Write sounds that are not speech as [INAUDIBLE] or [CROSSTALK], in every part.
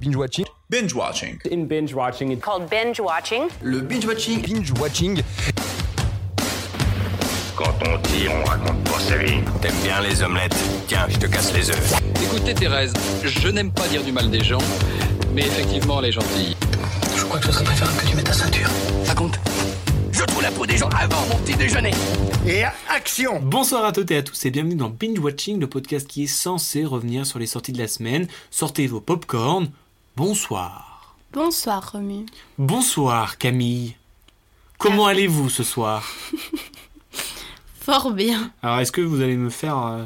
binge watching, Binge watching. In binge watching, it called binge watching. Le binge watching. binge watching, Quand on tire, on raconte pas sa vie. T'aimes bien les omelettes Tiens, je te casse les œufs. Écoutez Thérèse, je n'aime pas dire du mal des gens, mais effectivement elle est gentille. Je crois que ce serait préférable que tu mettes ta ceinture. Ça compte Je trouve la peau des gens avant mon petit déjeuner. Bonsoir à toutes et à tous et bienvenue dans Binge Watching, le podcast qui est censé revenir sur les sorties de la semaine. Sortez vos popcorn. Bonsoir. Bonsoir Romu. Bonsoir Camille. Comment allez-vous ce soir Fort bien. Alors est-ce que vous allez me faire euh,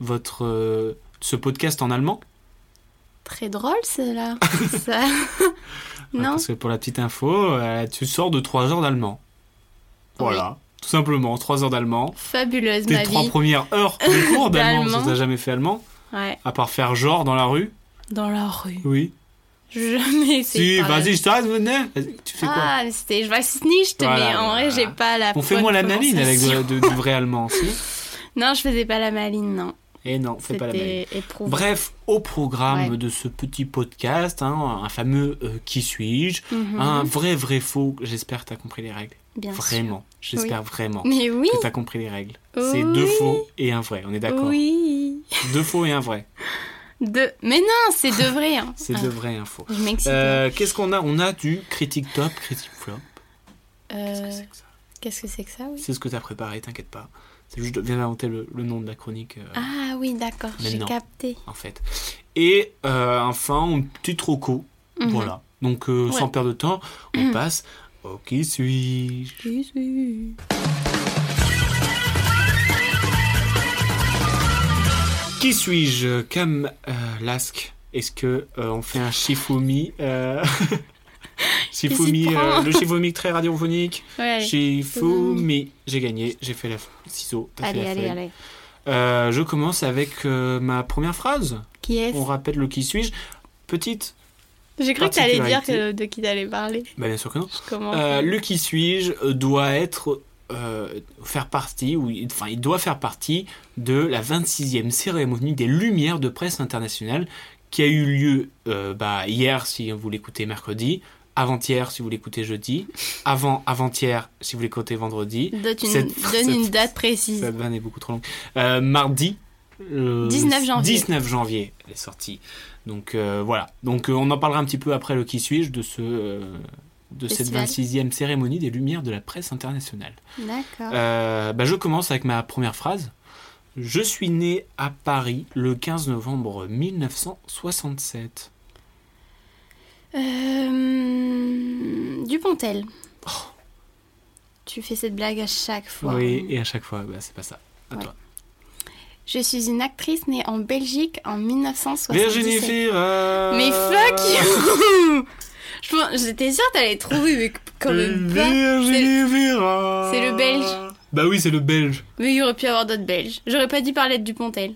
votre euh, ce podcast en allemand Très drôle [LAUGHS] cela. Ça... Ouais, non Parce que pour la petite info, euh, tu sors de 3 heures d'allemand. Voilà. Tout simplement, 3 heures d'allemand. Fabuleuse ma Tes trois vie. premières heures [LAUGHS] de cours d'allemand, D'allemand. ça t'as jamais fait allemand, Ouais, à part faire genre dans la rue. dans la rue. Oui. J'ai jamais essayé. Si, de parler. vas-y, je t'arrête, venez. Vas-y, Tu fais quoi Ah, mais c'était je weiß es nicht, mais Voilà, en vrai, voilà. j'ai pas la On fait moins la bonne maline avec prononciation. de- de- du vrai allemand, si Non, je faisais pas la maline, non. Et non, fait pas la maline. C'était éprouvant. Bref, au programme Ouais. de ce petit podcast, hein, un fameux euh, qui suis-je, Mhm. un vrai vrai faux, j'espère que tu as compris les règles. Bien sûr. vraiment, j'espère vraiment Mais oui, que tu as compris les règles. C'est deux Oui. faux et un vrai, on est d'accord oui. Deux faux et un vrai, De... Mais non, c'est de vrai. hein. c'est Ah, deux vrais et un faux. Je m'excite. hein. Euh, Qu'est-ce qu'on a On a du critique top, critique flop. Qu'est-ce que Euh, c'est que ça Qu'est-ce que c'est que ça oui C'est ce que tu as préparé, t'inquiète pas. C'est juste, je viens d'inventer le, le nom de la chronique. euh, Ah oui, d'accord, Mais j'ai non. capté. en fait. Et euh, enfin, un petit troco. Mhm. Voilà. Donc, euh, sans Ouais. Mhm. perdre de temps, on passe au qui suis-je Qui suis-je Cam euh, Lask, est-ce que euh, on fait un chifoumi euh, [LAUGHS] Chifoumi, Qu'est-ce qu'il prend euh, le chifoumi très radiophonique. [LAUGHS] Ouais, allez. Chifoumi, j'ai gagné, j'ai fait la f- ciseau, t'as fait allez, la allez, feuille. allez. Euh, je commence avec euh, ma première phrase. Qui est On rappelle le qui suis-je. Petite, J'ai cru que t'allais dire particularité. que- de qui t'allais parler. bah bien sûr que non. Je commence. Euh, le qui suis-je euh, doit être euh, faire partie ou il- enfin il doit faire partie de la 26e cérémonie des Lumières de presse internationale qui a eu lieu euh, bah, hier si vous l'écoutez mercredi, avant-hier si vous l'écoutez jeudi, avant avant-hier si vous l'écoutez vendredi. donne une, cette- donne cette- une date précise. Cette vanne est beaucoup trop longue. Euh, mardi. le 19 janvier. 19 janvier, elle est sortie. Donc euh, voilà. Donc euh, on en parlera un petit peu après le qui suis-je de ce euh, de cette Festival. 26e cérémonie des Lumières de la presse internationale. D'accord. Euh, bah, je commence avec ma première phrase. Je suis né à Paris le 15 novembre 1967. Euh, Dupontel. Oh. Tu fais cette blague à chaque fois. Oui, et à chaque fois, bah, c'est pas ça. À Ouais. toi. Je suis une actrice née en Belgique en 1977. Virginie Euh. Fira Mais fuck you [LAUGHS] Je pense- J'étais sûre que t'allais trouver, mais quand même pas. Virginie Fira c'est le Belge. Bah oui, c'est le Belge. Mais il y aurait pu y avoir d'autres Belges. J'aurais pas dû parler de Dupontel.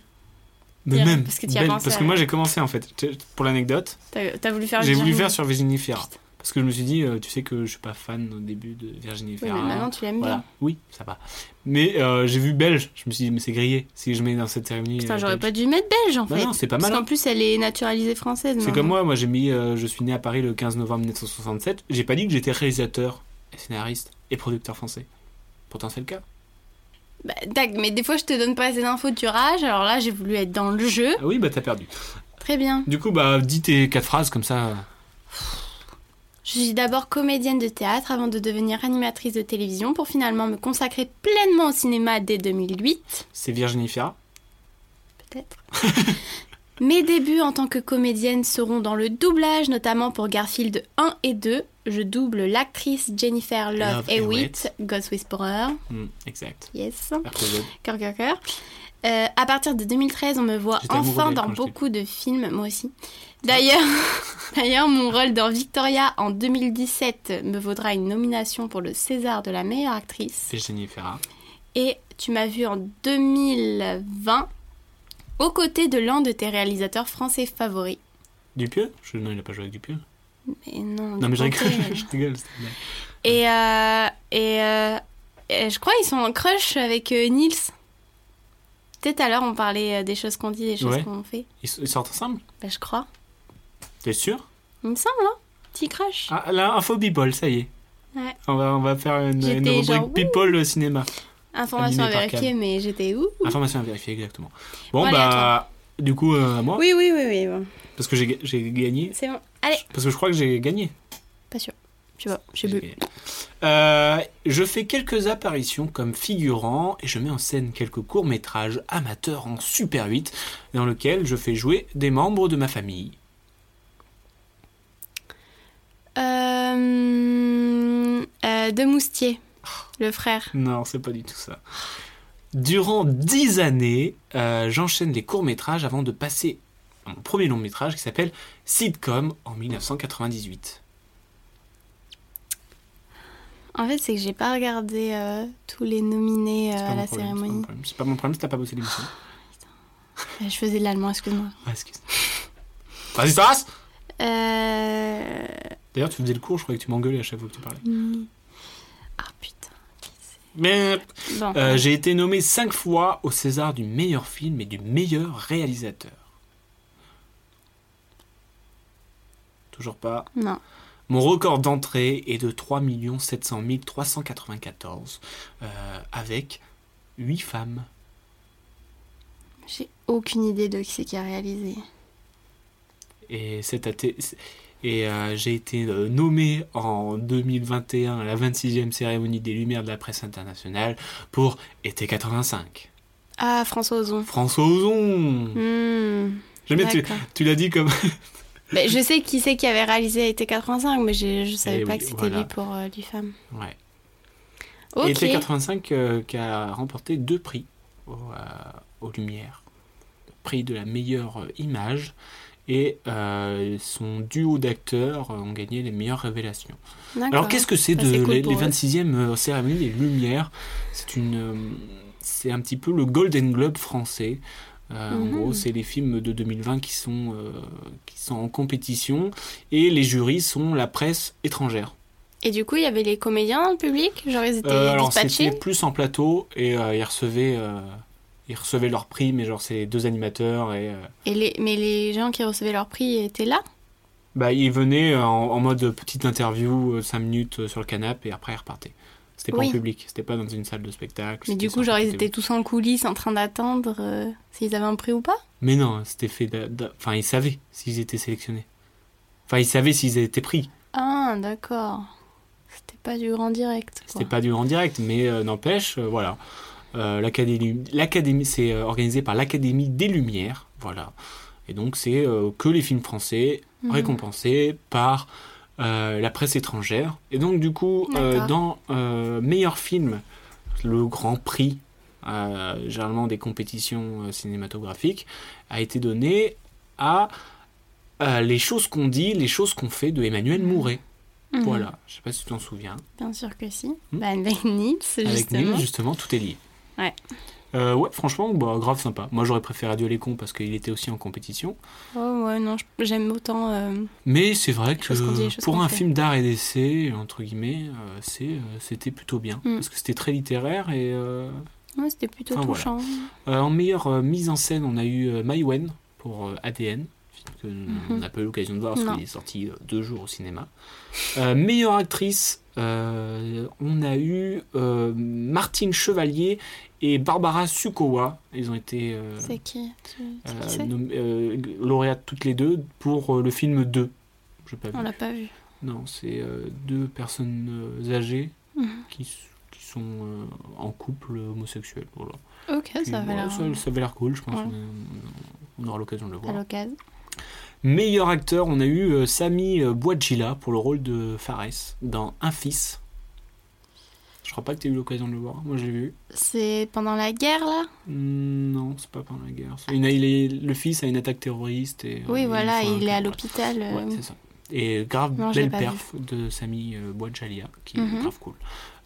Mais Tiens, même, parce que t'y as belle, pensé parce que à- moi j'ai commencé en fait. Tu- Pour l'anecdote, T'as t'as voulu faire j'ai voulu Virginie. faire sur Virginie Fira. Parce que je me suis dit, euh, tu sais que je suis pas fan au début de Virginie Oui, Fira. mais maintenant tu l'aimes Voilà. bien. Oui, ça va. Mais euh, j'ai vu Belge, je me suis dit, mais c'est grillé si je mets dans cette cérémonie. Putain, euh, j'aurais pas Belge. dû mettre belge en Bah fait. hein. non, c'est pas Parce mal. qu'en plus, elle est naturalisée française. C'est maintenant. comme moi, moi j'ai mis, euh, je suis né à Paris le 15 novembre 1967. J'ai pas dit que j'étais réalisateur, et scénariste et producteur français. Pourtant c'est le cas. Bah, tac, mais des fois, je te donne pas assez d'infos de rage. Alors là, j'ai voulu être dans le jeu. Ah oui, bah t'as perdu. Très bien. Du coup, bah dis tes quatre phrases comme ça. Je suis d'abord comédienne de théâtre avant de devenir animatrice de télévision pour finalement me consacrer pleinement au cinéma dès 2008, C'est Virginie Fira. [LAUGHS] peut-être. Mes débuts en tant que comédienne seront dans le doublage, notamment pour Garfield 1 et 2. Je double l'actrice Jennifer Love, Love Hewitt, Ghost Whisperer, Hmm, exact. yes. RTZ. Cœur, cœur, cœur. Euh, à partir de 2013, on me voit J'étais amoureux enfin d'elle dans quand j'étais beaucoup de films, moi aussi. D'ailleurs, [LAUGHS] d'ailleurs, mon rôle dans Victoria en 2017 me vaudra une nomination pour le César de la meilleure actrice. C'est Virginie Fira. Et tu m'as vu en 2020 aux côtés de l'un de tes réalisateurs français favoris. Dupieux je... Non, il a pas joué avec Dupieux. Mais non, Non, mais je [LAUGHS] Dupontel. rigole, je rigole. c'est une blague. Et, euh, et, euh, et je crois qu'ils sont en crush avec euh, Nils. Tu sais, tout à l'heure, on parlait euh, des choses qu'on Bah, dit, des choses Ouais. qu'on fait. Ils s- ils sortent ensemble Bah, je crois. T'es sûr Il me semble, hein Petit crush. Ah, là, info people, ça y est. Ouais. On, va, on va faire une, une J'étais rubrique genre, ouh. people au cinéma. Ah, Information à Animé par Ah. vérifier, mais j'étais où Information à vérifier, exactement. Bon, Allez, à bah, du coup, euh, à moi, Oui, oui, oui, oui. bon. parce que j'ai j'ai gagné. C'est bon. Allez, Parce que je crois que j'ai gagné. pas sûr. Tu vois, je sais J'ai plus. gagné. Euh, je fais quelques apparitions comme figurant et je mets en scène quelques courts-métrages amateurs en Super 8 dans lequel je fais jouer des membres de ma famille. Euh, euh, de Moustier, le frère. Non, c'est pas du tout ça. Durant dix années, euh, j'enchaîne les courts-métrages avant de passer à mon premier long-métrage qui s'appelle Sitcom en 1998. En fait, c'est que j'ai pas regardé euh, tous les nominés euh, C'est pas à mon la problème, c'est pas mon problème. C'est cérémonie. pas mon problème si t'as pas bossé l'émission. Euh, Je faisais de l'allemand, excuse-moi. Ah, excuse. Vas-y, Saras Euh... D'ailleurs, tu faisais le cours, je croyais que tu m'engueulais à chaque fois que tu parlais. Mm. Ah putain. Mais Bon. Euh, j'ai été nommé 5 fois au César du meilleur film et du meilleur réalisateur. Toujours pas. Non. Mon record d'entrée est de 3 700 394 euh, avec 8 femmes. J'ai aucune idée de qui c'est qui a réalisé. Et, cette athée- et euh, j'ai été euh, nommé en 2021 à la 26e cérémonie des Lumières de la presse internationale pour Été 85. Ah, François Ozon. François Ozon Hmm, J'aime bien, Mm. tu, d'accord. tu l'as dit comme... [LAUGHS] Mais je sais qui c'est qui avait réalisé été 85, mais je, je savais Eh pas oui, que c'était voilà. lui pour euh, du femme. Ouais. Ok. Et T85 euh, qui a remporté deux prix au, euh, aux Lumières. Le prix de la meilleure euh, image et euh, son duo d'acteurs euh, ont gagné les meilleures révélations. Alors qu'est-ce que c'est Ça, de c'est cool les, pour les eux. 26e euh, cérémonie des Lumières C'est une euh, c'est un petit peu le Golden Globe français. Euh, En Mhm. gros, c'est les films de 2020 qui sont, euh, qui sont en compétition et les jurys sont la presse étrangère. Et du coup, il y avait les comédiens dans le public Genre, ils étaient Euh, alors c'était dispatchés plus en plateau et euh, ils recevaient euh, ils recevaient leur prix mais genre c'est les deux animateurs et euh, et les... Mais les gens qui recevaient leur prix étaient là bah ils venaient euh, en, en mode petite interview 5 minutes euh, sur le canapé et après ils repartaient. C'était pas Oui. en public, c'était pas dans une salle de spectacle. Mais c'était du sur coup, genre, un ils plateau. étaient tous en coulisses en train d'attendre euh, s'ils avaient un prix ou pas Mais non, c'était fait d'a- d'a- enfin ils savaient s'ils étaient sélectionnés. Enfin ils savaient s'ils étaient pris. Ah, d'accord. C'était pas du grand direct. quoi. C'était pas du en direct mais euh, n'empêche euh, voilà. Euh, l'académie l'académie c'est euh, organisé par l'Académie des Lumières, voilà. Et donc c'est euh, que les films français Mhm. récompensé par euh, la presse étrangère. Et donc, du coup, euh, D'accord. dans euh, Meilleur film, le grand prix, euh, généralement des compétitions euh, cinématographiques, a été donné à euh, Les choses qu'on dit, les choses qu'on fait de Emmanuel Mouret. Mhm. Voilà, je sais pas si tu t'en souviens. Bien sûr que si. Hmm. Bah, avec Nips, Avec nous, justement. justement, tout est lié. Ouais. Euh, ouais, franchement, bah, grave sympa. Moi, j'aurais préféré Adieu les cons parce qu'il était aussi en compétition. Oh, ouais, non, je- j'aime autant. euh, Mais c'est vrai que choses qu'on dit, les choses pour qu'on un fait. film d'art et d'essai, entre guillemets, euh, c'est, euh, c'était plutôt bien. Mm. Parce que c'était très littéraire et euh, Ouais, c'était plutôt Enfin, voilà. touchant. euh, en meilleure euh, mise en scène, on a eu euh, Mai Wen pour euh, ADN, film que on n'a pas eu l'occasion de voir parce Mhm. Non. qu'il est sorti euh, deux jours au cinéma. Euh, meilleure actrice, euh, on a eu euh, Martine Chevalier et Barbara Sukowa. Ils ont été euh, C'est qui Tu- tu euh, sais nommées- euh, lauréates toutes les deux pour euh, le film 2. J'ai pas vu. On l'a pas vu. Non, c'est euh, deux personnes euh, âgées Mhm. qui, s- qui sont euh, en couple homosexuel. Voilà. Ok, Ah, ça Puis, va voilà, l'air. euh, ça, ça avait l'air cool, je pense. Ouais. On, on aura l'occasion de le À voir. l'occasion. Meilleur acteur, on a eu euh, Sami euh, Bouadjila pour le rôle de Fares dans Un fils. Je crois pas que tu as eu l'occasion de le voir. Moi, je l'ai vu. C'est pendant la guerre, là Mm, Non, c'est pas pendant la guerre. C'est une- il est- le fils a une attaque terroriste. Et, euh, Oui, il voilà, fait un- il est à l'hôpital. euh, Ouais, c'est ça. Et grave Non, je l'ai belle pas vu. perf de Samy euh, Bouadjalia, qui est Mhm. grave cool.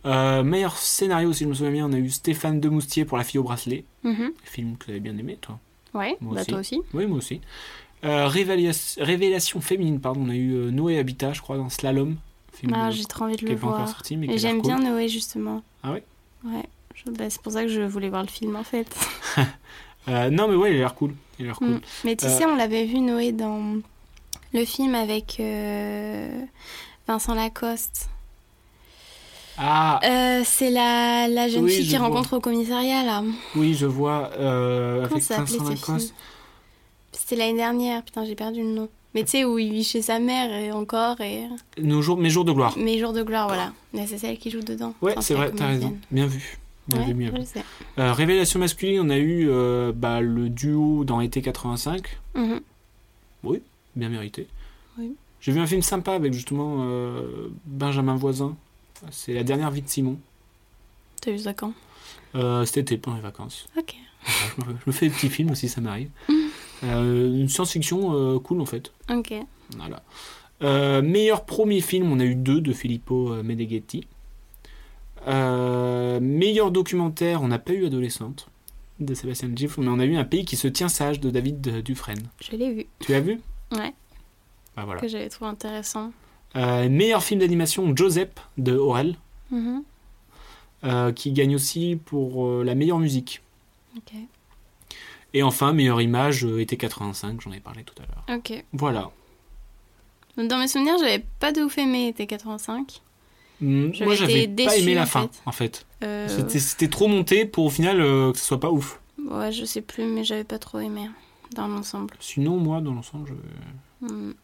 Euh, meilleur scénario, si je me souviens bien, on a eu Stéphane Demoustier pour La fille au bracelet, Mhm. film que tu avais bien aimé, toi. Ouais, Moi bah aussi. toi aussi. Oui, moi aussi. Euh, Révélia- Révélation féminine, pardon, on a eu euh, Noé Habitat, je crois, dans Slalom, film Ah, euh, j'ai trop envie de qui le n'est pas encore voir. sorti, mais qui Et a j'aime l'air cool. bien Noé, justement. Ah ouais Ouais. Je- bah, c'est pour ça que je voulais voir le film, en fait. Euh, non, mais ouais, il a l'air cool. Il a l'air cool. Mm. Mais tu Euh, sais, on l'avait vu, Noé, dans Le film avec euh, Vincent Lacoste. Ah, Euh, c'est la, la jeune Oui, fille je qui vois. rencontre au commissariat, là. oui, je vois. euh, Comment avec ça s'appelait Vincent ce Lacoste. film C'était l'année dernière, putain, j'ai perdu le nom. Mais tu sais, où il vit chez sa mère et encore, et... Nos jours, mes jours de gloire. Mes jours de gloire, voilà. Mais c'est celle qui joue dedans. Ah. Ouais, Enfin, c'est la vrai, t'as raison. comédienne. Bien vu. Bien vu, bien Ouais, vu. je sais. Euh, révélation masculine, on a eu euh, bah, le duo dans Été 85, Mhm. bien mérité. Oui. J'ai vu un film sympa avec justement euh, Benjamin Voisin. C'est La dernière vie de Simon. T'as vu ça quand Euh, Cet été, pendant les vacances. Ok. Mm. Voilà, je, me, je me fais des petits films aussi, ça m'arrive. Euh, une science-fiction euh, cool en fait. Ok. Voilà. Euh, meilleur premier film, on a eu deux de Filippo euh, Medeghetti. Euh, meilleur documentaire, on n'a pas eu Adolescente de Sébastien Gifle, mais on a eu Un pays qui se tient sage de David euh, Dufresne. Je l'ai vu, Tu l'as vu Ouais. Bah voilà. que j'avais trouvé intéressant. Euh, meilleur film d'animation, Joseph de Aurel, Mhm. euh, qui gagne aussi pour euh, la meilleure musique. Ok. Et enfin, meilleure image, euh, été 85, j'en ai parlé tout à l'heure. Ok. Voilà. Dans mes souvenirs, j'avais pas de ouf aimé était 85. Mm, J'avais Moi, été j'avais pas déçue, aimé la en fin, fait. en fait. Euh, C'était- C'était trop monté pour au final euh, que ce soit pas ouf. Ouais, je sais plus, mais j'avais pas trop aimé dans l'ensemble. Sinon, moi, dans l'ensemble, je... Hmm.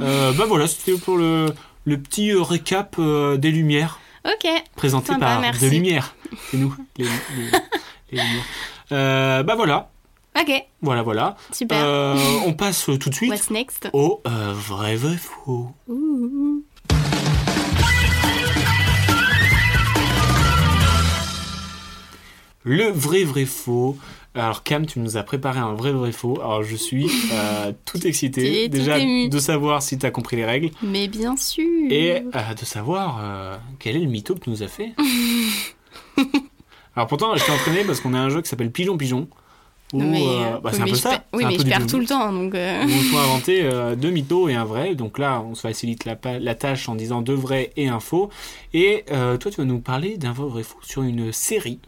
Euh, bah voilà, c'était pour le, le petit euh, récap euh, des Lumières, Ok. présenté Sympa, par merci. des Lumières. C'est [LAUGHS] nous, les, les- les Lumières. Euh, bah voilà, Ok. voilà, voilà. Super. Euh, on passe euh, tout de suite What's next au euh, vrai, vrai, faux. Ouh. Le vrai, vrai, faux. Alors Cam, tu nous as préparé un vrai, vrai, faux. Alors je suis [LAUGHS] euh, tout excité Et tout déjà ému. de savoir si tu as compris les règles Mais bien sûr. et euh, de savoir euh, quel est le mytho que tu nous as [LAUGHS] fait. Alors pourtant, je t'ai entraîné parce qu'on a un jeu qui s'appelle Pigeon Pigeon. Où, Non, mais, euh, euh, bah, oui, c'est un mais peu je ça. perds- Oui, c'est un mais peu je du perds Pigeon tout le temps, donc. euh, Pigeon. Où il faut inventer euh, deux mythos et un vrai. Donc là, on se facilite la, pa- la tâche en disant deux vrais et un faux. Et euh, toi, tu vas nous parler d'un vrai vrai faux sur une série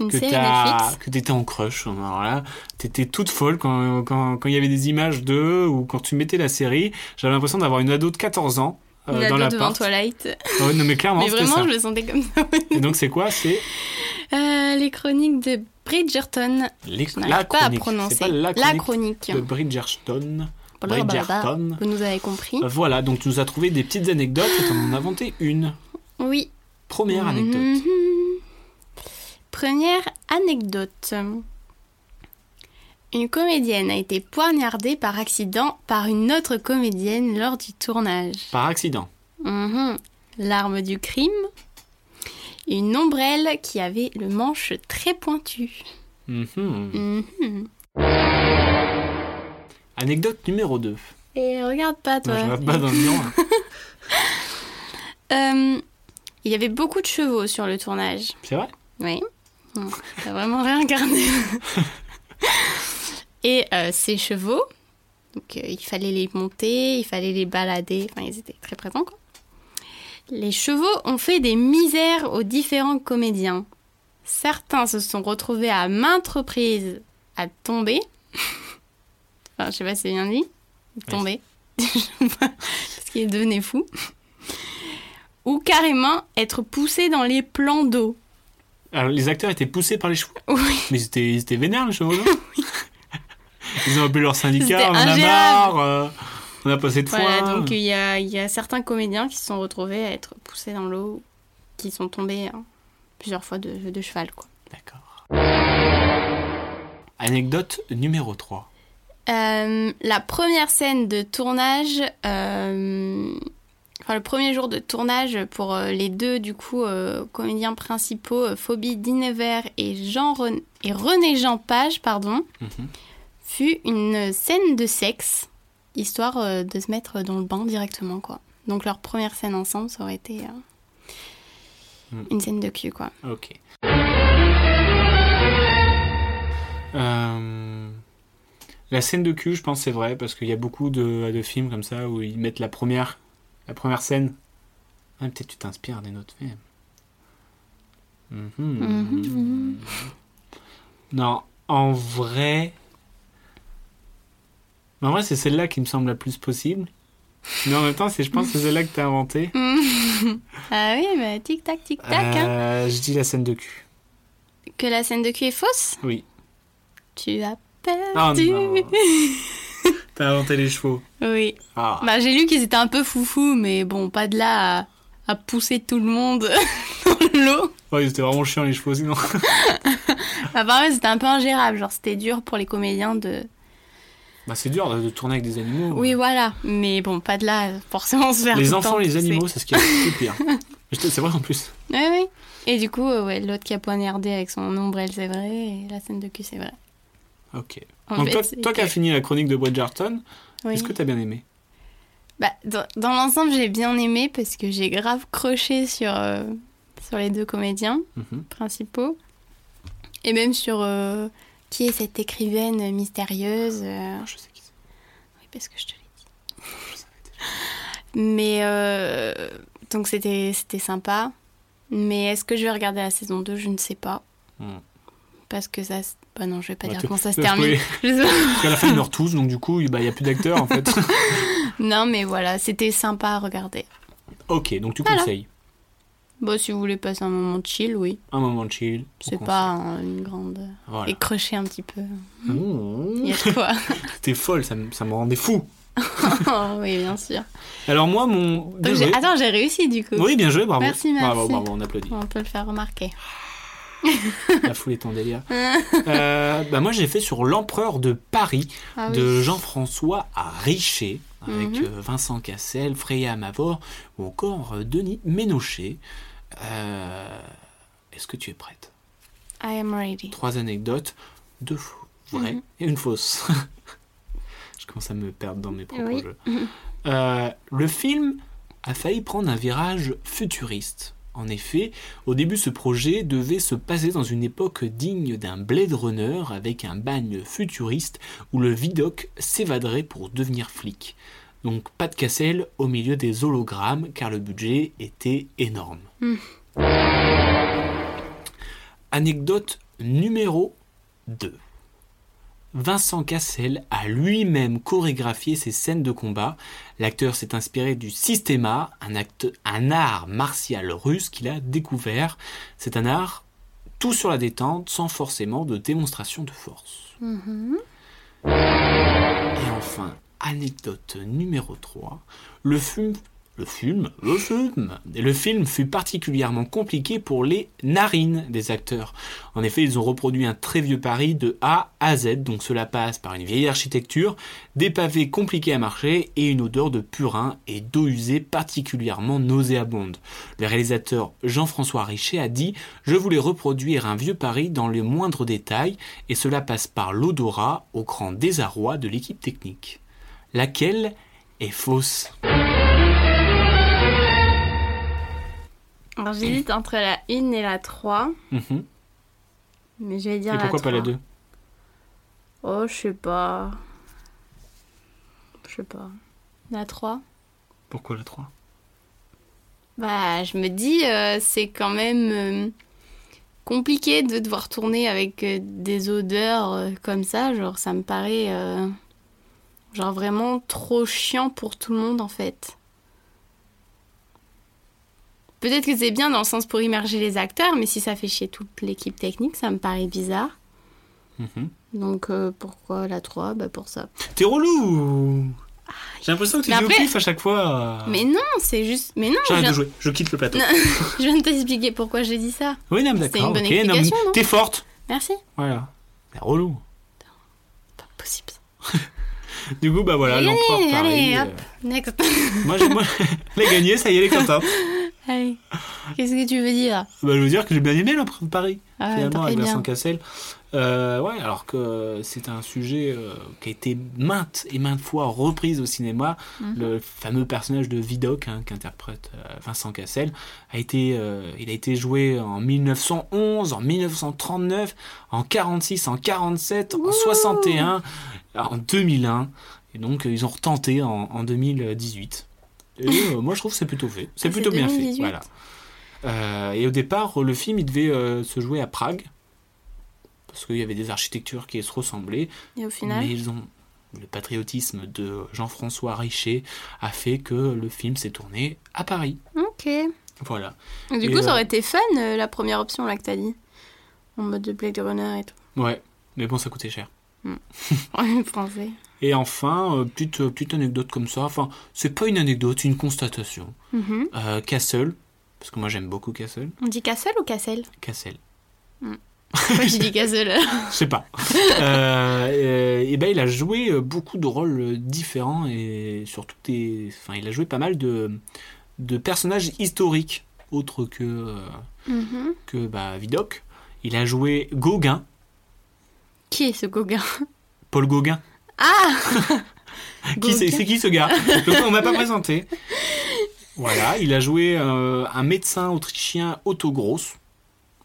Une que série t'as- Netflix. que t'étais en crush. Alors là, t'étais toute folle quand quand- quand il y avait des images d'eux ou quand tu mettais la série. J'avais l'impression d'avoir une ado de 14 ans euh, Une dans ado la devant Twilight. ah ouais, non, mais clairement, mais c'était vraiment, ça. je le sentais comme ça. Et donc, c'est quoi C'est Euh, les chroniques de Bridgerton. les... Je la n'arrive pas à chronique. prononcer. C'est pas la La chronique chronique. de Bridgerton. Blablabla. Bridgerton. Vous nous avez compris. Euh, Voilà, donc tu nous as trouvé des petites anecdotes et t'en as inventé une. Oui. Première anecdote. Mhm. Première anecdote. Une comédienne a été poignardée par accident par une autre comédienne lors du tournage. Par accident. Mhm. L'arme du crime. Une ombrelle qui avait le manche très pointu. Mhm. Mhm. Anecdote numéro 2. Et regarde pas toi. je regarde pas dans le hein. [LAUGHS] miroir. Euh, il y avait beaucoup de chevaux sur le tournage. C'est vrai Oui. Non, T'as vraiment réincarné. Et euh, ces chevaux, donc euh, il fallait les monter, il fallait les balader, enfin ils étaient très présents quoi. Les chevaux ont fait des misères aux différents comédiens. Certains se sont retrouvés à maintes reprises à tomber. [LAUGHS] Enfin, je sais pas si c'est bien dit. Tomber. [LAUGHS] Parce qu'ils devenaient fous. Ou carrément être poussés dans les plans d'eau. Alors, les acteurs étaient poussés par les chevaux. Oui. Mais c'était étaient, ils étaient vénères, les chevaux, [LAUGHS] non Ils ont appelé leur syndicat, C'était on en a ingérable. marre, euh, on a passé de fois. Voilà, donc euh, il y a, il y a certains comédiens qui se sont retrouvés à être poussés dans l'eau, qui sont tombés hein, plusieurs fois de, de cheval. Quoi. D'accord. Anecdote numéro 3. Euh, la première scène de tournage, euh, enfin le premier jour de tournage pour euh, les deux du coup euh, comédiens principaux, euh, Phobie Dinever et, Jean Ren- et René Jean Page, pardon, Mhm. fut une scène de sexe, histoire euh, de se mettre dans le bain directement, quoi. Donc leur première scène ensemble, ça aurait été euh, Mm. une scène de cul, quoi. Ok. Euh, la scène de cul, je pense, c'est vrai, parce qu'il y a beaucoup de, de films comme ça où ils mettent la première, la première scène. Ah, peut-être tu t'inspires des autres films. Mhm. Mhm. Non, en vrai. Mais en vrai, c'est celle-là qui me semble la plus possible. Mais en même temps, c'est, je pense que c'est celle-là que t'as inventée. Ah oui, mais tic-tac, tic-tac. hein. Euh, je dis la scène de cul. Que la scène de cul est fausse, Oui. tu as Ah perdu. non. T'as inventé les chevaux. [LAUGHS] oui. Ah. Bah, j'ai lu qu'ils étaient un peu foufou, mais bon, pas de là à, à pousser tout le monde [LAUGHS] dans l'eau. Ouais, c'était vraiment chiant les chevaux sinon. Apparemment, c'était un peu ingérable. Genre, c'était dur pour les comédiens de. bah, c'est dur de tourner avec des animaux. Oui, voilà. Mais bon, pas de là, à forcément, se faire. Les tout le enfants, temps les pousser. animaux, c'est ce qui est le [LAUGHS] pire. Mais je- C'est vrai en plus. Oui, oui. Et du coup, euh, ouais, l'autre qui a poignardé avec son ombrelle, c'est vrai. Et la scène de cul, c'est vrai. Ok. En Donc fait, toi, c'est toi qui as que- fini la chronique de Bridgerton, Oui. est-ce que t'as bien aimé Bah, dans, dans l'ensemble, j'ai bien aimé parce que j'ai grave croché sur, euh, sur les deux comédiens Mhm. principaux. Et même sur euh, qui est cette écrivaine mystérieuse. euh, Ah, Je sais qui c'est. oui, parce que je te l'ai dit. Mais euh, donc c'était c'était sympa. Mais est-ce que je vais regarder la saison 2 Je ne sais pas. Hmm. Parce que ça. se- Bah non, je vais pas Bah, dire tu- comment ça se oui. termine. [LAUGHS] Je sais pas. Parce qu'à la fin, ils meurent tous, donc du coup, il bah, y a plus d'acteurs en [LAUGHS] fait. Non, mais voilà, c'était sympa à regarder. ok, donc tu Voilà. conseilles. Bon, si vous voulez passer un moment chill, oui. Un moment de chill. on C'est conseille. pas un- une grande. Voilà. Et crocher un petit peu. Il Mmh. y a de quoi. [LAUGHS] T'es folle, ça, me- ça me rendait fou. Oh, oui, bien sûr. Alors moi, mon. Donc, bien j'ai- joué. Attends, j'ai réussi du coup. Oui, bien joué, bravo. Merci, merci. Bravo, bravo, on applaudit. On peut le faire remarquer. La foule est en délire. Euh, bah moi, j'ai fait sur l'empereur de Paris Ah oui. de Jean-François à Richer, avec Mhm. euh, Vincent Cassel, Freya Mavor ou encore euh, Denis Ménochet. Euh, Est-ce que tu es prête I am ready. Trois anecdotes, deux faux, vraies et une fausse. [LAUGHS] je commence à me perdre dans mes propres Oui. jeux. Euh, le film a failli prendre un virage futuriste. En effet, au début, ce projet devait se passer dans une époque digne d'un Blade Runner avec un bagne futuriste où le Vidoc s'évaderait pour devenir flic. Donc pas de Cassel au milieu des hologrammes car le budget était énorme. Anecdote numéro 2. Vincent Cassel a lui-même chorégraphié ses scènes de combat. L'acteur s'est inspiré du Sistema, un, acte- un art martial russe qu'il a découvert. C'est un art tout sur la détente, sans forcément de démonstration de force. Et enfin, anecdote numéro 3. Le film, le film, le film, le film fut particulièrement compliqué pour les narines des acteurs. En effet, ils ont reproduit un très vieux Paris de A à Z, donc cela passe par une vieille architecture, des pavés compliqués à marcher et une odeur de purin et d'eau usée particulièrement nauséabonde. Le réalisateur Jean-François Richet a dit Je voulais reproduire un vieux Paris dans les moindres détails et cela passe par l'odorat au grand désarroi de l'équipe technique. Laquelle est fausse Alors, j'hésite entre la 1 et la 3. Mhm. Mais je vais dire Et la pourquoi pas la 3. 2 Oh, je sais pas. Je sais pas. La 3 Pourquoi la 3 Bah, je me dis, euh, c'est quand même euh, compliqué de devoir tourner avec euh, des odeurs euh, comme ça. Genre, ça me paraît euh, genre vraiment trop chiant pour tout le monde en fait. Peut-être que c'est bien dans le sens pour immerger les acteurs, mais si ça fait chier toute l'équipe technique, ça me paraît bizarre. Mhm. Donc euh, pourquoi la 3 Bah pour ça. T'es relou J'ai l'impression que tu Mais joues au après- pif à chaque fois. euh. Mais non, c'est juste. Mais non, je J'arrête viens, de jouer, je quitte le plateau. Non. [LAUGHS] je viens de t'expliquer pourquoi j'ai dit ça. Oui, non, mais C'était d'accord. une bonne ok, non, mais explication, non T'es forte. Merci. Voilà. C'est relou. Pas possible. ça. Du coup, bah voilà, Allez, l'empereur de Paris. allez, euh, hop. Next. [LAUGHS] Moi, j'ai- moi, [LAUGHS] les gagnés, ça y est, les contents. Allez, qu'est-ce que tu veux dire Bah, je veux dire que j'ai bien aimé l'empereur de Paris, Ah, finalement, t'as fait avec Vincent bien. Cassel. Euh, ouais, alors que c'est un sujet euh, qui a été maintes et maintes fois reprise au cinéma. Mhm. Le fameux personnage de Vidocq, hein, qu'interprète euh, Vincent Cassel, a été, euh, il a été joué en 1911, en 1939, en 46, en 47, en 61, en 2001. Et donc, euh, ils ont retenté en, en 2018. Et euh, moi, je trouve que c'est plutôt fait. C'est Ah, c'est plutôt bien fait. 2018. Voilà. Euh, et au départ, le film, il devait euh, se jouer à Prague. Parce qu'il y avait des architectures qui se ressemblaient. Et au final Mais ils ont. le patriotisme de Jean-François Richer a fait que le film s'est tourné à Paris. Ok. Voilà. Du Et, coup, euh, ça aurait été fun, euh, la première option là que t'as dit. En mode de Blade Runner et tout. [LAUGHS] Ouais, mais bon, ça coûtait cher. En français. Et enfin, euh, petite, euh, petite anecdote comme ça, enfin, c'est pas une anecdote, c'est une constatation. Mhm. Euh, Castle, parce que moi j'aime beaucoup Castle. On dit Cassel [LAUGHS] ou Cassel Castle, Moi, je dis Cassel. je sais pas. et ben il a joué euh, beaucoup de rôles euh, différents et surtout des. Enfin, il a joué pas mal de, de personnages historiques, autres que, euh, Mhm. que bah, Vidocq. Il a joué Gauguin, [LAUGHS] Qui est ce Gauguin Paul Gauguin. Ah [LAUGHS] Qui c'est, Gauguin. c'est qui ce gars Donc, On m'a pas présenté. Voilà, il a joué euh, un médecin autrichien Otto Gross.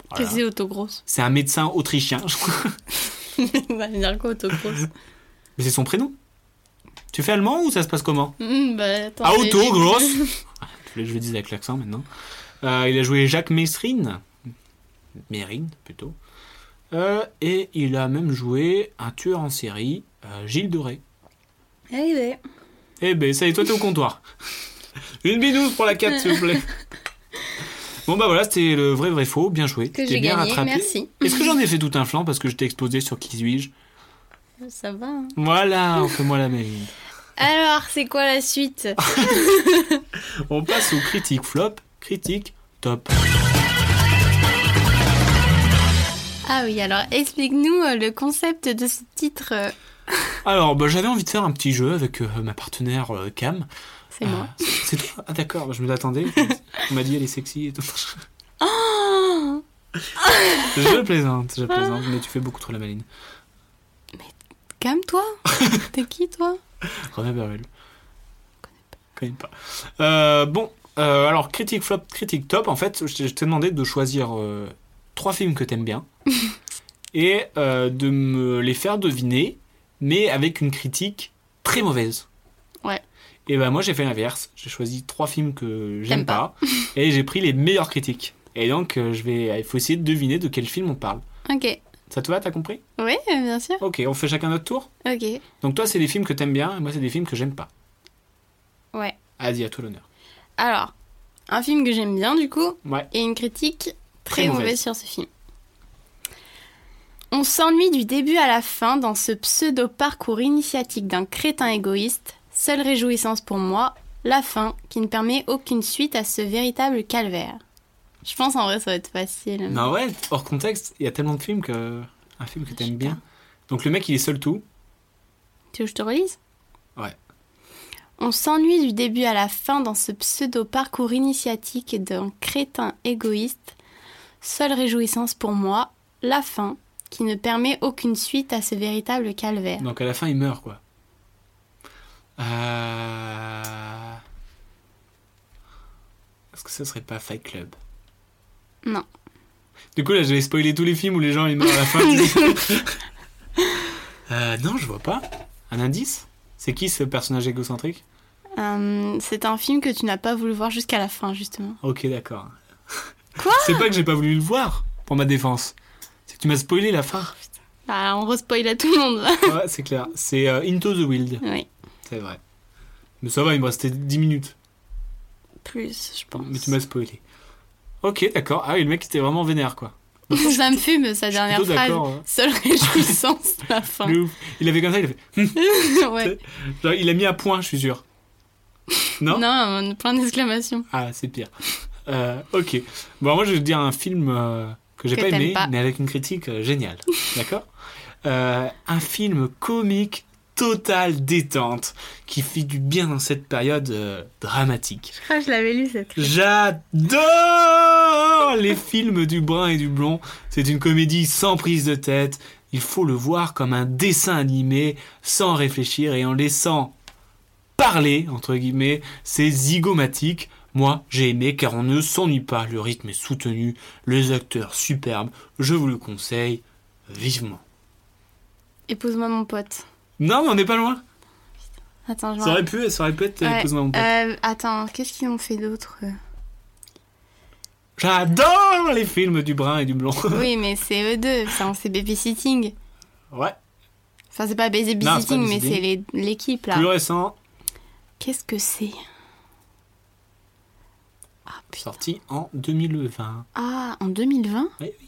Voilà. Qu'est-ce que c'est Autogrosse [LAUGHS] C'est un médecin autrichien, je crois. On va dire [LAUGHS] quoi Autogrosse mais c'est son prénom. Tu fais allemand ou ça se passe comment Hum, bah, attends, Ah, j'ai- Otto [LAUGHS] Gross Tu voulais que je le dise avec l'accent maintenant. Euh, il a joué Jacques Messrine. Mérine, plutôt. Euh, et il a même joué un tueur en série, euh, Gilles Doré. Eh ben. Eh ben, ça y est, toi, t'es au comptoir. Une binouze pour la 4, s'il vous plaît. Bon, bah voilà, c'était le vrai, vrai faux. Bien joué. Que T'es j'ai bien gagné, rattrapé. merci. Est-ce que j'en ai fait tout un flanc parce que je t'ai exposé sur qui suis-je Ça va. hein. Voilà, fais-moi la même. Alors, c'est quoi la suite On passe aux critiques flop, critiques top. Ah oui, alors explique-nous euh, le concept de ce titre. euh, Alors, bah, j'avais envie de faire un petit jeu avec euh, ma partenaire euh, Cam. C'est moi. Ah, C'est toi Ah, d'accord, je me l'attendais. On m'a dit elle est sexy et tout. Oh Je plaisante, je plaisante, mais tu fais beaucoup trop la maline. [LAUGHS] Calme-toi. T'es qui toi René Bervel. Connais pas. Euh, bon, euh, alors critique flop, critique top. En fait, je t'ai- je t'ai demandé de choisir euh, trois films que t'aimes [LAUGHS] bien et euh, de me les faire deviner, mais avec une critique très mauvaise. Ouais. Et ben moi j'ai fait l'inverse. J'ai choisi trois films que j'aime T'aimes pas. pas, [LAUGHS] et j'ai pris les meilleures critiques. Et donc euh, je vais, il faut essayer de deviner de quel film on parle. Ok. Ça te va, t'as compris Oui, euh, bien sûr. Ok, on fait chacun notre tour. Ok. Donc toi c'est des films que t'aimes bien, et moi c'est des films que j'aime pas. Ouais. Vas-y, à toi l'honneur. Alors, un film que j'aime bien du coup Ouais. et une critique Très très, mauvaise. mauvaise. sur ce film. On s'ennuie du début à la fin dans ce pseudo parcours initiatique d'un crétin égoïste. Seule réjouissance pour moi, la fin qui ne permet aucune suite à ce véritable calvaire. Je pense en vrai ça va être facile. Non ouais, hors contexte, il y a tellement de films que un film que t'aimes bien. Donc le mec il est seul tout. Tu veux que je te relise Ouais. On s'ennuie du début à la fin dans ce pseudo-parcours initiatique d'un crétin égoïste. Seule réjouissance pour moi, la fin, qui ne permet aucune suite à ce véritable calvaire. Donc à la fin il meurt quoi. Euh... Est-ce que ça serait pas Fight Club Non. Du coup là je vais spoiler tous les films où les gens ils meurent à la fin. tu sais. [LAUGHS] Euh, non je vois pas. Un indice C'est qui ce personnage égocentrique Euh, c'est un film que tu n'as pas voulu voir jusqu'à la fin, justement. Ok d'accord. Quoi C'est pas que j'ai pas voulu le voir pour ma défense. C'est que tu m'as spoilé la [LAUGHS] fin. Ah, on respoil à tout le monde. là. Ouais, c'est clair. C'est euh, Into the Wild, oui, c'est vrai. Mais ça va, il me restait 10 minutes. plus, je pense. Mais tu m'as spoilé. Ok, d'accord. Ah oui, le mec était vraiment vénère, quoi. Ça me fume, sa dernière plutôt phrase. d'accord, hein. Seule réjouissance, [LAUGHS] la fin. De ouf. Il avait comme ça, il a fait. Ouais. Genre, il a mis à point, je suis sûr. Non Non, euh, plein d'exclamations. Ah, c'est pire. Euh, ok. Bon, moi, je vais te dire un film euh, que j'ai Que pas aimé, t'aimes pas. mais avec une critique euh, géniale. D'accord Euh, Un film comique, total détente, qui fait du bien dans cette période euh, dramatique. Je crois que je l'avais lu cette J'adore les films du brun et du blond. C'est une comédie sans prise de tête. Il faut le voir comme un dessin animé, sans réfléchir et en laissant parler, entre guillemets, c'est zygomatique. Moi, j'ai aimé car on ne s'ennuie pas, le rythme est soutenu, les acteurs superbes. Je vous le conseille vivement. Épouse-moi mon pote. Non, mais on n'est pas loin. Attends, je Ça m'en- aurait pu, ça aurait pu être. Ouais. euh, Pose-moi mon pote. Euh, attends, qu'est-ce qu'ils ont [LAUGHS] fait d'autre J'adore les films du brun et du blond. [LAUGHS] Oui, mais c'est eux deux, ça, on c'est babysitting. ouais. Enfin, c'est pas Busy Non, c'est pas Visiting, mais Busy c'est les- l'équipe là. Plus récent, Qu'est-ce que c'est Ah, putain. sorti en 2020. Ah, en 2020 Oui, oui.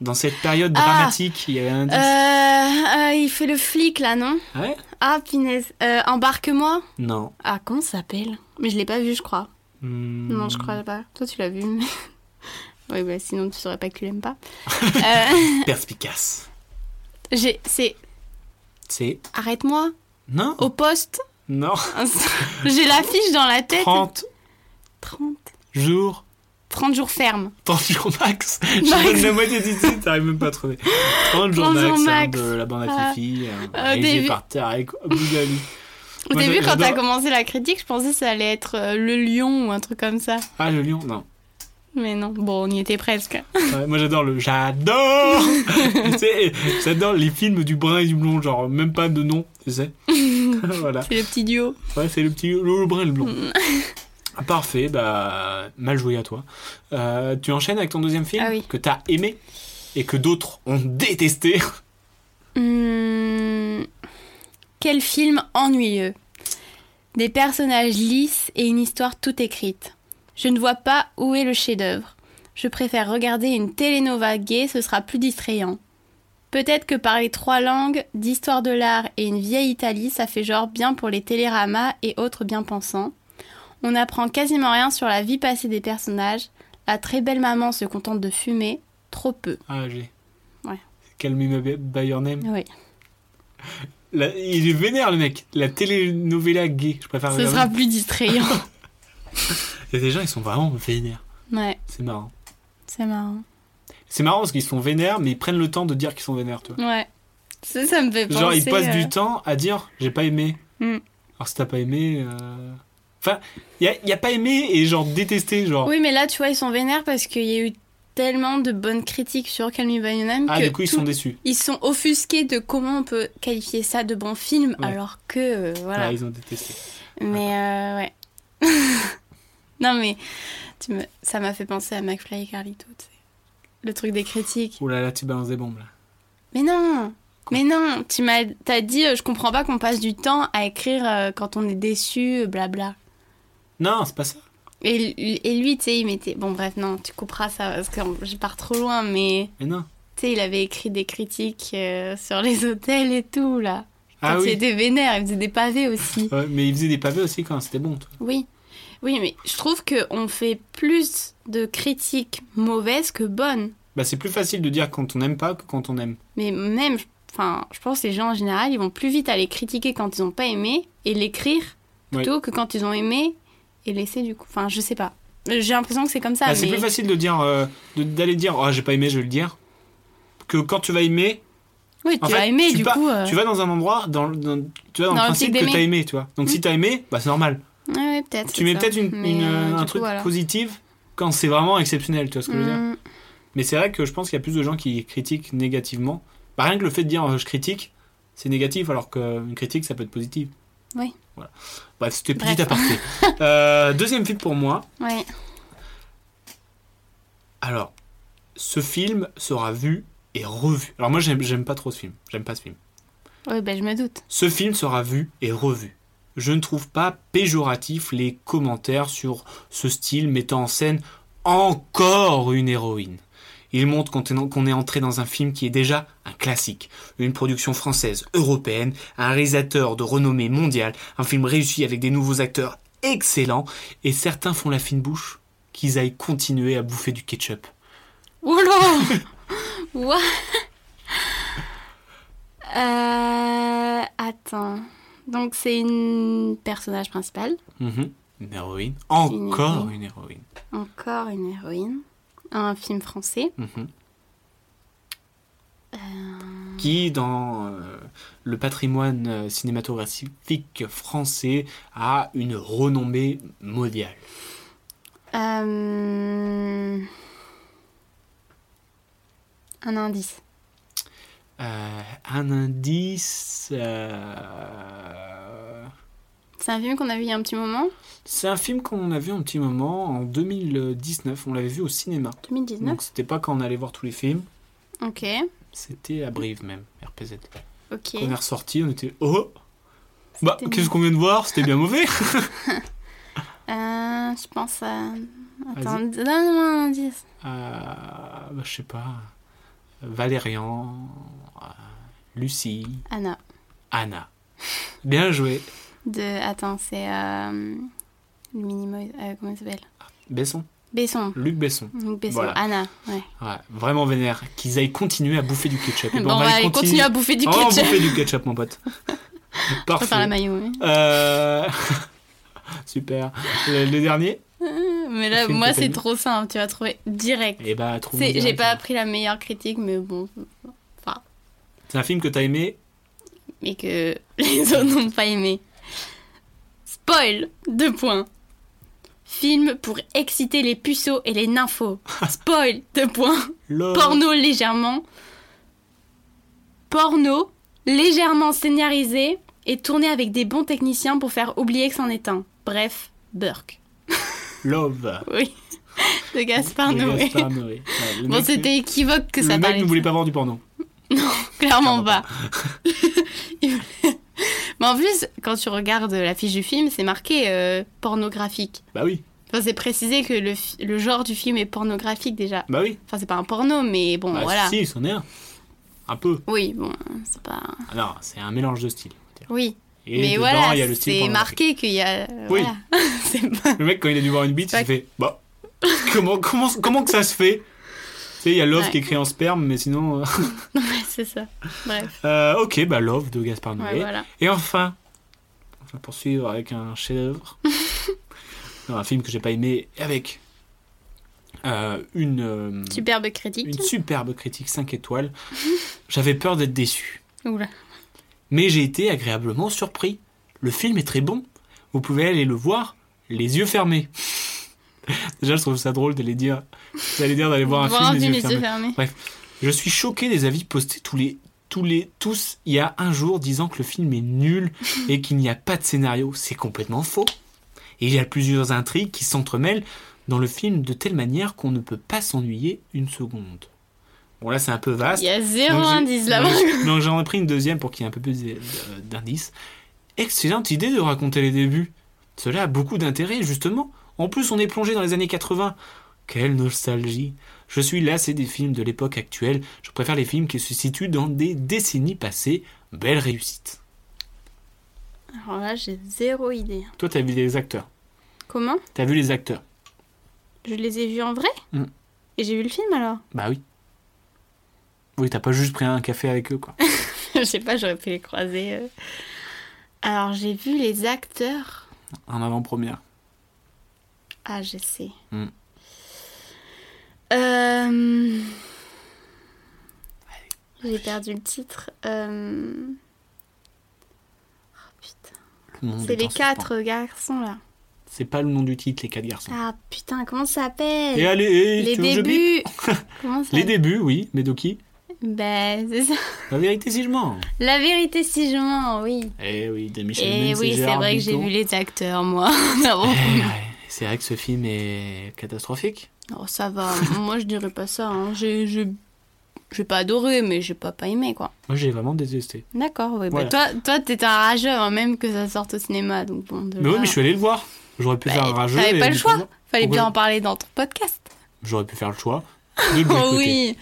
Dans cette période Ah. dramatique, il y avait un euh, indice. euh, Il fait le flic là, non Ouais Ah, punaise. Euh, Embarque-moi Non. Ah, comment ça s'appelle Mais je l'ai pas vu, je crois. Hmm. Non, je crois pas. Toi, tu l'as vu. mais- [LAUGHS] oui, bah, sinon, tu saurais pas que tu [LAUGHS] l'aimes pas. Euh, [LAUGHS] Perspicace. j'ai- c'est C'est. Arrête-moi Non au poste. [LAUGHS] Non J'ai l'affiche dans la tête. 30 30. jours. 30 jours ferme. 30 jours [LAUGHS] max Je te Max. donne la moitié du titre, t'arrives même pas à trouver. 30 jours 30 jours max, hein, max. de la bande à Ah. Fifi, euh, Au réalisé début- par Tarek Bougali. [LAUGHS] Au Moi, début, j'a- quand t'as j'adore- commencé la critique, je pensais que ça allait être euh, le lion ou un truc comme ça. Ah, le lion Non. Mais non, bon, on y était presque. Ouais, moi j'adore le. J'adore [LAUGHS] Tu sais, J'adore les films du brun et du blond, genre même pas de nom, tu [LAUGHS] sais. voilà. C'est le petit duo. Ouais, c'est le petit. Le, le brun et le blond. Mm. [LAUGHS] Parfait, bah. Mal joué à toi. Euh, tu enchaînes avec ton deuxième film Ah oui. que t'as aimé et que d'autres ont détesté. [LAUGHS] Hum, Quel film ennuyeux. Des personnages lisses et une histoire tout écrite. Je ne vois pas où est le chef-d'œuvre. Je préfère regarder une télénova gay, ce sera plus distrayant. Peut-être que parler trois langues, d'histoire de l'art et une vieille Italie, ça fait genre bien pour les téléramas et autres bien-pensants. On n'apprend quasiment rien sur la vie passée des personnages. La très belle maman se contente de fumer, trop peu. Ah, j'ai. Ouais. Call me by- by your name. Oui. La- il est vénère le mec. La telenovela gay, je préfère Ce regarder. sera plus distrayant. Il y a des gens, ils sont vraiment vénères. Ouais. C'est marrant. C'est marrant. C'est marrant parce qu'ils sont vénères, mais ils prennent le temps de dire qu'ils sont vénères, tu vois. Ouais. Ça, ça me fait penser. Genre, ils passent euh, du temps à dire j'ai pas aimé. Hmm. Alors, si t'as pas aimé. euh, Enfin, il y a, y a pas aimé et genre détesté, genre. Oui, mais là, tu vois, ils sont vénères parce qu'il y a eu tellement de bonnes critiques sur Call Me By Your Name ah, que du coup, ils tout- sont déçus. ils sont offusqués de comment on peut qualifier ça de bon film Ouais. alors que. euh, voilà. Ah, ils ont détesté. Mais euh, ouais. [LAUGHS] non, mais tu me... ça m'a fait penser à McFly et Carlito, tu sais. Le truc des critiques. Ouh Oh là là, tu balances des bombes là. Mais non Mais non Tu m'as t'as dit, euh, je comprends pas qu'on passe du temps à écrire euh, quand on est déçu, euh, blabla. Non, c'est pas ça. Et, lui- et lui, tu sais, il mettait. Bon, bref, non, tu couperas ça parce que je pars trop loin, mais Mais non. tu sais, il avait écrit des critiques euh, sur les [LAUGHS] hôtels et tout, là. Ah Quand il oui. était vénère, il faisait des [LAUGHS] pavés aussi. Ouais, mais ils faisaient des pavés aussi quand c'était bon, toi. Oui. Oui, mais je trouve qu'on fait plus de critiques mauvaises que bonnes. Bah, c'est plus facile de dire quand on aime pas que quand on aime. Mais même, je- enfin, je pense que les gens en général, ils vont plus vite à les critiquer quand ils ont pas aimé et l'écrire Oui. plutôt que quand ils ont aimé et laisser du coup. Enfin, je sais pas. J'ai l'impression que c'est comme ça. Bah, c'est Ah, mais... plus facile de dire euh, de- d'aller dire oh j'ai pas aimé je vais le dire que quand tu vas aimer Oui, tu en as fait, aimé, tu, du vas, coup. euh, tu vas dans un endroit dans, le- dans- tu vas dans, Dans le l'optique principe que d'aimer. t'as aimé tu vois donc si t'as aimé bah c'est normal Ouais, ouais, peut-être. tu c'est mets ça. peut-être une, Mais, une, euh, un du truc coup, voilà. positif quand c'est vraiment exceptionnel tu vois ce que je veux dire Mm, mais c'est vrai que je pense qu'il y a plus de gens qui critiquent négativement bah, rien que le fait de dire euh, je critique c'est négatif alors qu'une critique ça peut être positif Oui. voilà bref c'était petit Bref. [LAUGHS] aparté Euh, deuxième film pour moi Ouais. Alors, ce film sera vu et revu. Alors moi, j'aime j'aime pas trop ce film. J'aime pas ce film. Ouais, bah, je me doute. Ce film sera vu et revu. Je ne trouve pas péjoratif les commentaires sur ce style mettant en scène encore une héroïne. Il montre qu'on est- qu'on est entré dans un film qui est déjà un classique, une production française, européenne, un réalisateur de renommée mondiale, un film réussi avec des nouveaux acteurs excellents, et certains font la fine bouche qu'ils aillent continuer à bouffer du ketchup. [LAUGHS] [LAUGHS] Oula Ouah Euh. Attends. Donc, c'est une personnage principale. Mhm. Une héroïne. Encore une héroïne. Encore une héroïne. Un film français. Mhm. Qui, dans euh, le patrimoine euh, cinématographique français, a une renommée mondiale. Euh, Un indice. Euh, un indice. euh, C'est un film qu'on a vu il y a un petit moment. C'est un film qu'on a vu un petit moment en 2019. On l'avait vu au cinéma. 2019. Donc, c'était pas quand on allait voir tous les films. Ok. C'était à Brive, même, RPZ. Ok. On est ressorti, on était oh Bah, C'était qu'est-ce qu'on vient de voir C'était [LAUGHS] bien mauvais Euh, je pense à. Attends, Vas-y. donne-moi un indice. Euh, bah, Je sais pas. Valérian, euh, Lucie, Anna. Anna. Bien joué. De. Attends, c'est. euh, Le minimum. euh, comment il s'appelle Besson. Besson. Luc Besson. Donc Besson. Voilà. Anna. Ouais. Ouais, vraiment vénère. Qu'ils aillent continuer à bouffer du ketchup. Et ben, Bon, on va aller aller continuer à bouffer du Oh, on ketchup. bouffait du ketchup, mon [LAUGHS] pote. On va faire la Parfait. maillot. ouais. Euh, [LAUGHS] Super. Le, le dernier Mais Tu là, fais une moi, c'est compagnie. trop simple. Tu vas trouver direct. Eh bah, trouve C'est- J'ai pas appris la meilleure critique, mais bon. C'est un film que t'as aimé Mais que [LAUGHS] les autres n'ont pas aimé. Spoil Deux points. Film pour exciter les puceaux et les [LAUGHS] nymphos. Spoil Deux points. Lol. Porno légèrement. Porno légèrement scénarisé et tourné avec des bons techniciens pour faire oublier que c'en est un. Bref, Burke. Love. Oui. [LAUGHS] De Gaspard De Noé. Gaspard Noé. Ouais, le [LAUGHS] Bon, mec- c'était équivoque que ça Le mec parlait. ne de voulait ça. pas voir du porno. Clairement Clairement pas. [LAUGHS] Il voulait- Mais en plus, quand tu regardes la fiche du film, c'est marqué euh, pornographique. Bah oui, Enfin, c'est précisé que le, fi- le genre du film est pornographique déjà. bah oui. Enfin, c'est pas un porno, mais bon, Bah, voilà. Si, c'en est un. Un peu. Oui, bon, c'est pas. Ah non, c'est un mélange de styles. on va dire. Oui. Et dedans, il mais y a voilà, le style c'est pornographique. marqué qu'il y a. euh, Oui. Voilà. [LAUGHS] c'est pas. Le mec, quand il a dû voir une bite, il Pas- s'est fait Bah, comment, comment, comment que ça se fait Tu sais, il y a Love Ouais. qui est écrit en sperme, mais sinon. euh, Ouais, c'est ça. Bref. euh, ok, bah Love de Gaspard Noé. Ouais, voilà. Et enfin, on va poursuivre avec un [LAUGHS] chef-d'œuvre. Non, un film que j'ai pas aimé, avec euh, une, euh, Superbe critique. une superbe critique 5 étoiles. J'avais peur d'être déçu. Oula. Mais j'ai été agréablement surpris. Le film est très bon. Vous pouvez aller le voir les yeux fermés. [LAUGHS] Déjà, je trouve ça drôle d'aller dire, d'aller dire d'aller voir un film les yeux fermés. fermés. Je suis choqué des avis postés tous les tous les tous il y a un jour disant que le film est [LAUGHS] nul et qu'il n'y a pas de scénario. C'est complètement faux. Et il y a plusieurs intrigues qui s'entremêlent dans le film de telle manière qu'on ne peut pas s'ennuyer une seconde. Bon là c'est un peu vaste. Il y a zéro Donc, j'ai- Ah indice là-bas. donc, j'ai- Donc j'en ai pris une deuxième pour qu'il y ait un peu plus d'- d'indices. Excellente idée de raconter les débuts. Cela a beaucoup d'intérêt, justement. En plus, on est plongé dans les années 80. Quelle nostalgie. Je suis lassé des films de l'époque actuelle. Je préfère les films qui se situent dans des décennies passées. Belle réussite. Alors là, j'ai zéro idée. Toi, t'as vu les acteurs. Comment T'as vu les acteurs. Je les ai vus en vrai Mm. Et j'ai vu le film alors Bah oui. Oui, t'as pas juste pris un café avec eux, quoi. [LAUGHS] Je sais pas, j'aurais pu les croiser. euh. Alors j'ai vu les acteurs. En avant-première. Ah, je sais. Mm. Euh, J'ai perdu le titre. euh, oh, putain. Le monde C'est est en les suspens. quatre euh, garçons là. C'est pas le nom du titre, les quatre garçons. Ah putain, comment ça Et s'appelle allez, et Les tu veux que je bip débuts. [LAUGHS] comment ça Les débuts, oui, mais de qui Ben, c'est ça. La vérité, si je mens. La vérité si je mens, oui. Eh oui, de Michel Et Mendes oui, c'est Gérard vrai que j'ai Buton. vu les acteurs, moi. [LAUGHS] Ah bon Eh ouais, c'est vrai que ce film est catastrophique. Oh, ça va. Moi, je dirais pas ça. hein. J'ai, j'ai- j'ai pas adoré, mais j'ai pas pas aimé, quoi. Moi, j'ai vraiment détesté. D'accord, oui. bah Voilà. toi, toi, t'es un rageux avant même que ça sorte au cinéma, donc bon. déjà, Mais oui, mais je suis allé le voir. J'aurais pu Ah. Bah, faire un rageux. t'avais et pas le du choix. coup, Fallait bien Pourquoi- en parler dans ton [LAUGHS] podcast. J'aurais pu faire le choix de le [LAUGHS] Oh boycotter. oui,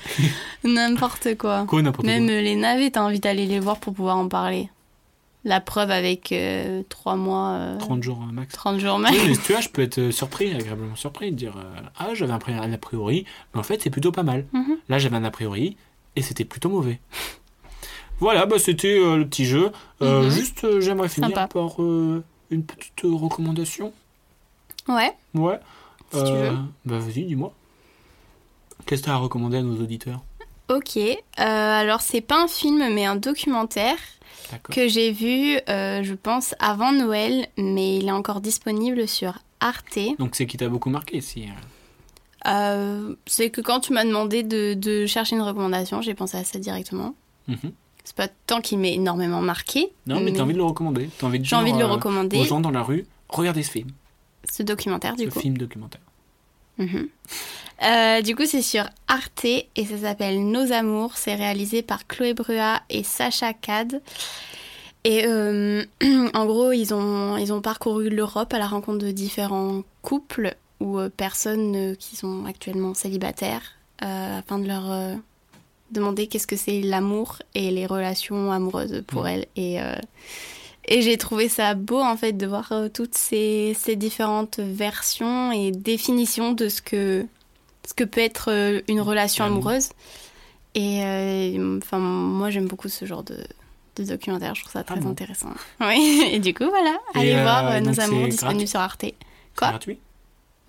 n'importe quoi. Quoi, n'importe Même quoi. euh, les navets, t'as envie d'aller les voir pour pouvoir en parler. La preuve avec 3 mois, euh, 30 jours euh, max. 30 jours Oui, [LAUGHS] max. mais tu vois, je peux être euh, surpris, agréablement surpris, de dire euh, Ah, j'avais un, pré- un a priori, mais en fait, c'est plutôt pas mal. Mhm. Là, j'avais un a priori, et c'était plutôt mauvais. voilà, bah, c'était euh, le petit jeu. Euh, Mhm. Juste, euh, j'aimerais finir Sympa. par euh, une petite euh, recommandation. Ouais. Ouais. Si tu veux. Bah, vas-y, dis-moi. Qu'est-ce que tu as à recommander à nos auditeurs Ok. Euh, alors, c'est pas un film, mais un documentaire. D'accord. que j'ai vu, euh, je pense, avant Noël, mais il est encore disponible sur Arte. Donc, c'est qui t'a beaucoup marqué, si. euh, Euh, c'est que quand tu m'as demandé de, de chercher une recommandation, j'ai pensé à ça directement. mhm. C'est pas tant qu'il m'est énormément marqué. Non, mais, t'as envie de le recommander. T'as envie de Mm. J'ai envie dire, de le euh, recommander, aux gens dans la rue, regardez ce film, ce documentaire du ce coup. film documentaire. Mhm. Euh, du coup, c'est sur Arte et ça s'appelle Nos Amours. C'est réalisé par Chloé Brua et Sacha Cad. Et euh, [CLEARS THROAT] en gros, ils ont, ils ont parcouru l'Europe à la rencontre de différents couples ou euh, personnes euh, qui sont actuellement célibataires euh, afin de leur euh, demander qu'est-ce que c'est l'amour et les relations amoureuses pour elles. Et, euh, et j'ai trouvé ça beau en fait de voir euh, toutes ces, ces différentes versions et définitions de ce que, ce que peut être euh, une relation L'amour. amoureuse. Et euh, enfin, moi j'aime beaucoup ce genre de, de documentaire, je trouve ça très Ah bon intéressant. [LAUGHS] Oui. Et du coup, voilà, Et, allez euh, voir euh, donc Nos c'est Amours gratuit disponibles sur Arte. C'est Quoi gratuit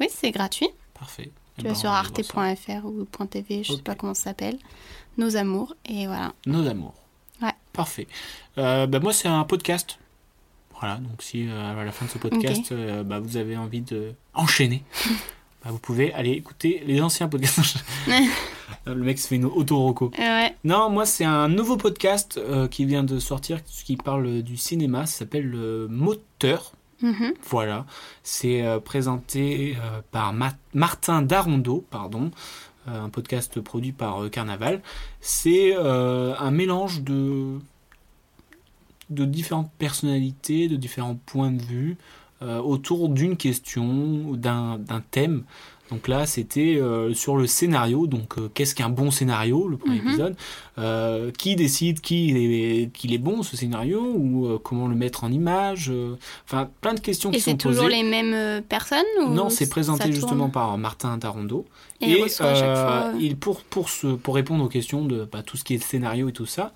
Oui, c'est gratuit. Parfait. Eh Tu ben, vas sur on va voir ça. arte.fr ou .tv, je Ok. sais pas comment ça s'appelle. Nos amours, et voilà. Nos amours. Ouais. Parfait. Euh, bah, moi, c'est un podcast. Voilà, donc si euh, à la fin de ce podcast, euh, bah, vous avez envie de [LAUGHS] enchaîner, bah, vous pouvez aller écouter les anciens podcasts. Le mec se fait une auto-roco. Ouais, Non, moi, c'est un nouveau podcast euh, qui vient de sortir, qui parle du cinéma. Ça s'appelle euh, Moteur. mhm, Voilà, c'est euh, présenté euh, par Ma- Martin Darondo, pardon, euh, un podcast produit par euh, Carnaval. C'est euh, un mélange de de différentes personnalités, de différents points de vue euh, autour d'une question, ou d'un d'un thème. Donc là, c'était euh, sur le scénario. Donc, euh, qu'est-ce qu'un bon scénario, le premier Mhm. épisode Euh, Qui décide qui est, qu'il est bon, ce scénario Ou euh, comment le mettre en image Euh, Enfin, plein de questions Et qui sont c'est posées. toujours les mêmes euh, personnes ou Non, c'est ça présenté tourne justement par Martin Darondo. Et il reçoit à chaque euh, fois, euh, il- pour, pour, ce- pour répondre aux questions de bah, tout ce qui est scénario et tout ça,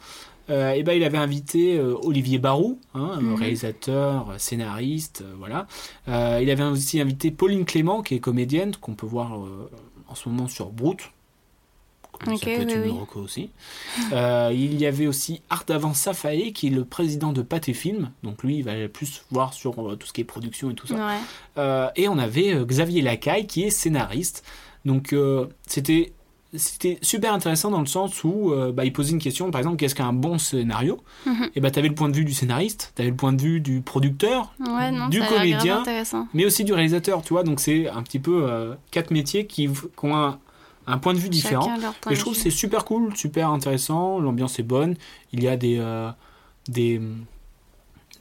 euh, eh ben, il avait invité euh, Olivier Barou, hein, euh, Mhm. réalisateur, euh, scénariste, euh, voilà. Euh, il avait aussi invité Pauline Clément, qui est comédienne, qu'on peut voir euh, en ce moment sur Brute. Comme Ok, ça peut être oui, une oui. reco aussi. Euh, il y avait aussi Ardavan Safaé, qui est le président de Pathé Film. Donc lui, il va plus voir sur euh, tout ce qui est production et tout ça. Ouais. Euh, et on avait euh, Xavier Lacaille qui est scénariste. Donc euh, c'était c'était super intéressant dans le sens où euh, bah, il posait une question, par exemple, qu'est-ce qu'un bon scénario Mhm. Et bah t'avais le point de vue du scénariste, t'avais le point de vue du producteur, Ouais, non, Du ça a l'air grave comédien. intéressant. mais aussi du réalisateur, tu vois. Donc c'est un petit peu euh, quatre métiers qui, v- qui ont un, un point de vue différent. Chacun leur point Et de je trouve que vue. c'est super cool, super intéressant, l'ambiance est bonne, il y a des, euh, des,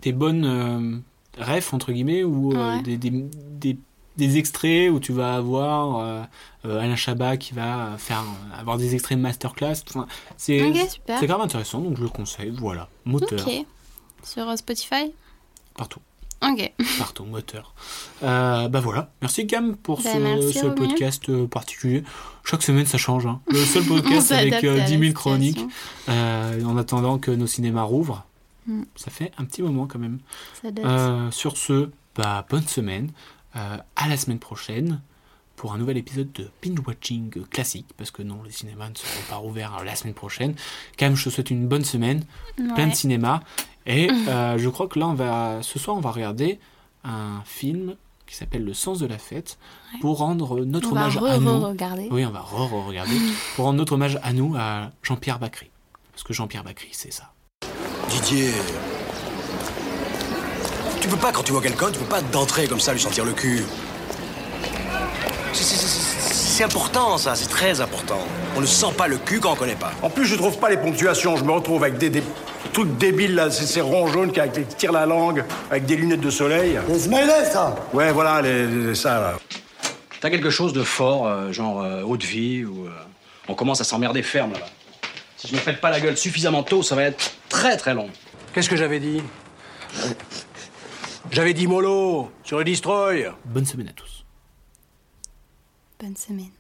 des bonnes euh, refs, entre guillemets, ou euh, Ouais. des, des, des- des extraits où tu vas avoir euh, euh, Alain Chabat qui va faire, euh, avoir des extraits de masterclass. Enfin, c'est Ok, super. c'est grave intéressant, donc je le conseille, voilà. Moteur, Ok. Sur euh, Spotify partout, Ok. partout, moteur. Euh, bah voilà, merci Cam pour Bah, ce, merci, ce Romain. podcast euh, particulier. Chaque semaine ça change, hein. le [LAUGHS] seul [LAUGHS] On podcast avec s'adapte à euh, la 10 000 situation. chroniques. Euh, en attendant que nos cinémas rouvrent. Mm. Ça fait un petit moment quand même. Ça date. Euh, sur ce, bah, bonne semaine. Euh, à la semaine prochaine pour un nouvel épisode de Binge Watching classique. Parce que non, les cinémas ne seront pas rouverts hein, la semaine prochaine. Quand même, je te souhaite une bonne semaine. Plein Ouais. de cinéma. [LAUGHS] Et euh, je crois que là, on va, ce soir, on va regarder un film qui s'appelle Le sens de la fête Ouais. pour rendre notre On va hommage à nous. re-regarder. Oui, on va re-regarder pour rendre notre hommage à nous, à Jean-Pierre Bacry. Parce que Jean-Pierre Bacry, c'est ça. Didier. Tu peux pas, quand tu vois quelqu'un, tu peux pas d'entrer comme ça lui sentir le cul. C'est- c'est- c'est- C'est c'est important, ça, c'est très important. On ne sent pas le cul quand on connaît pas. En plus, je trouve pas les ponctuations. Je me retrouve avec des, des trucs débiles, là, ces, ces ronds jaunes qui, qui tirent la langue, avec des lunettes de soleil. Les Smiley, ça Ouais, voilà, les, les- ça, là. T'as quelque chose de fort, euh, genre euh, eau de vie, ou euh, on commence à s'emmerder ferme là-bas. Si je me pète pas la gueule suffisamment tôt, ça va être très très long. Qu'est-ce que j'avais dit J'avais dit mollo sur le destroy. Bonne semaine à tous. Bonne semaine.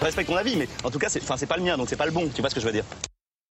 Je respecte ton avis, mais en tout cas, c'est enfin, c'est pas le mien, donc c'est pas le bon. Tu vois ce que je veux dire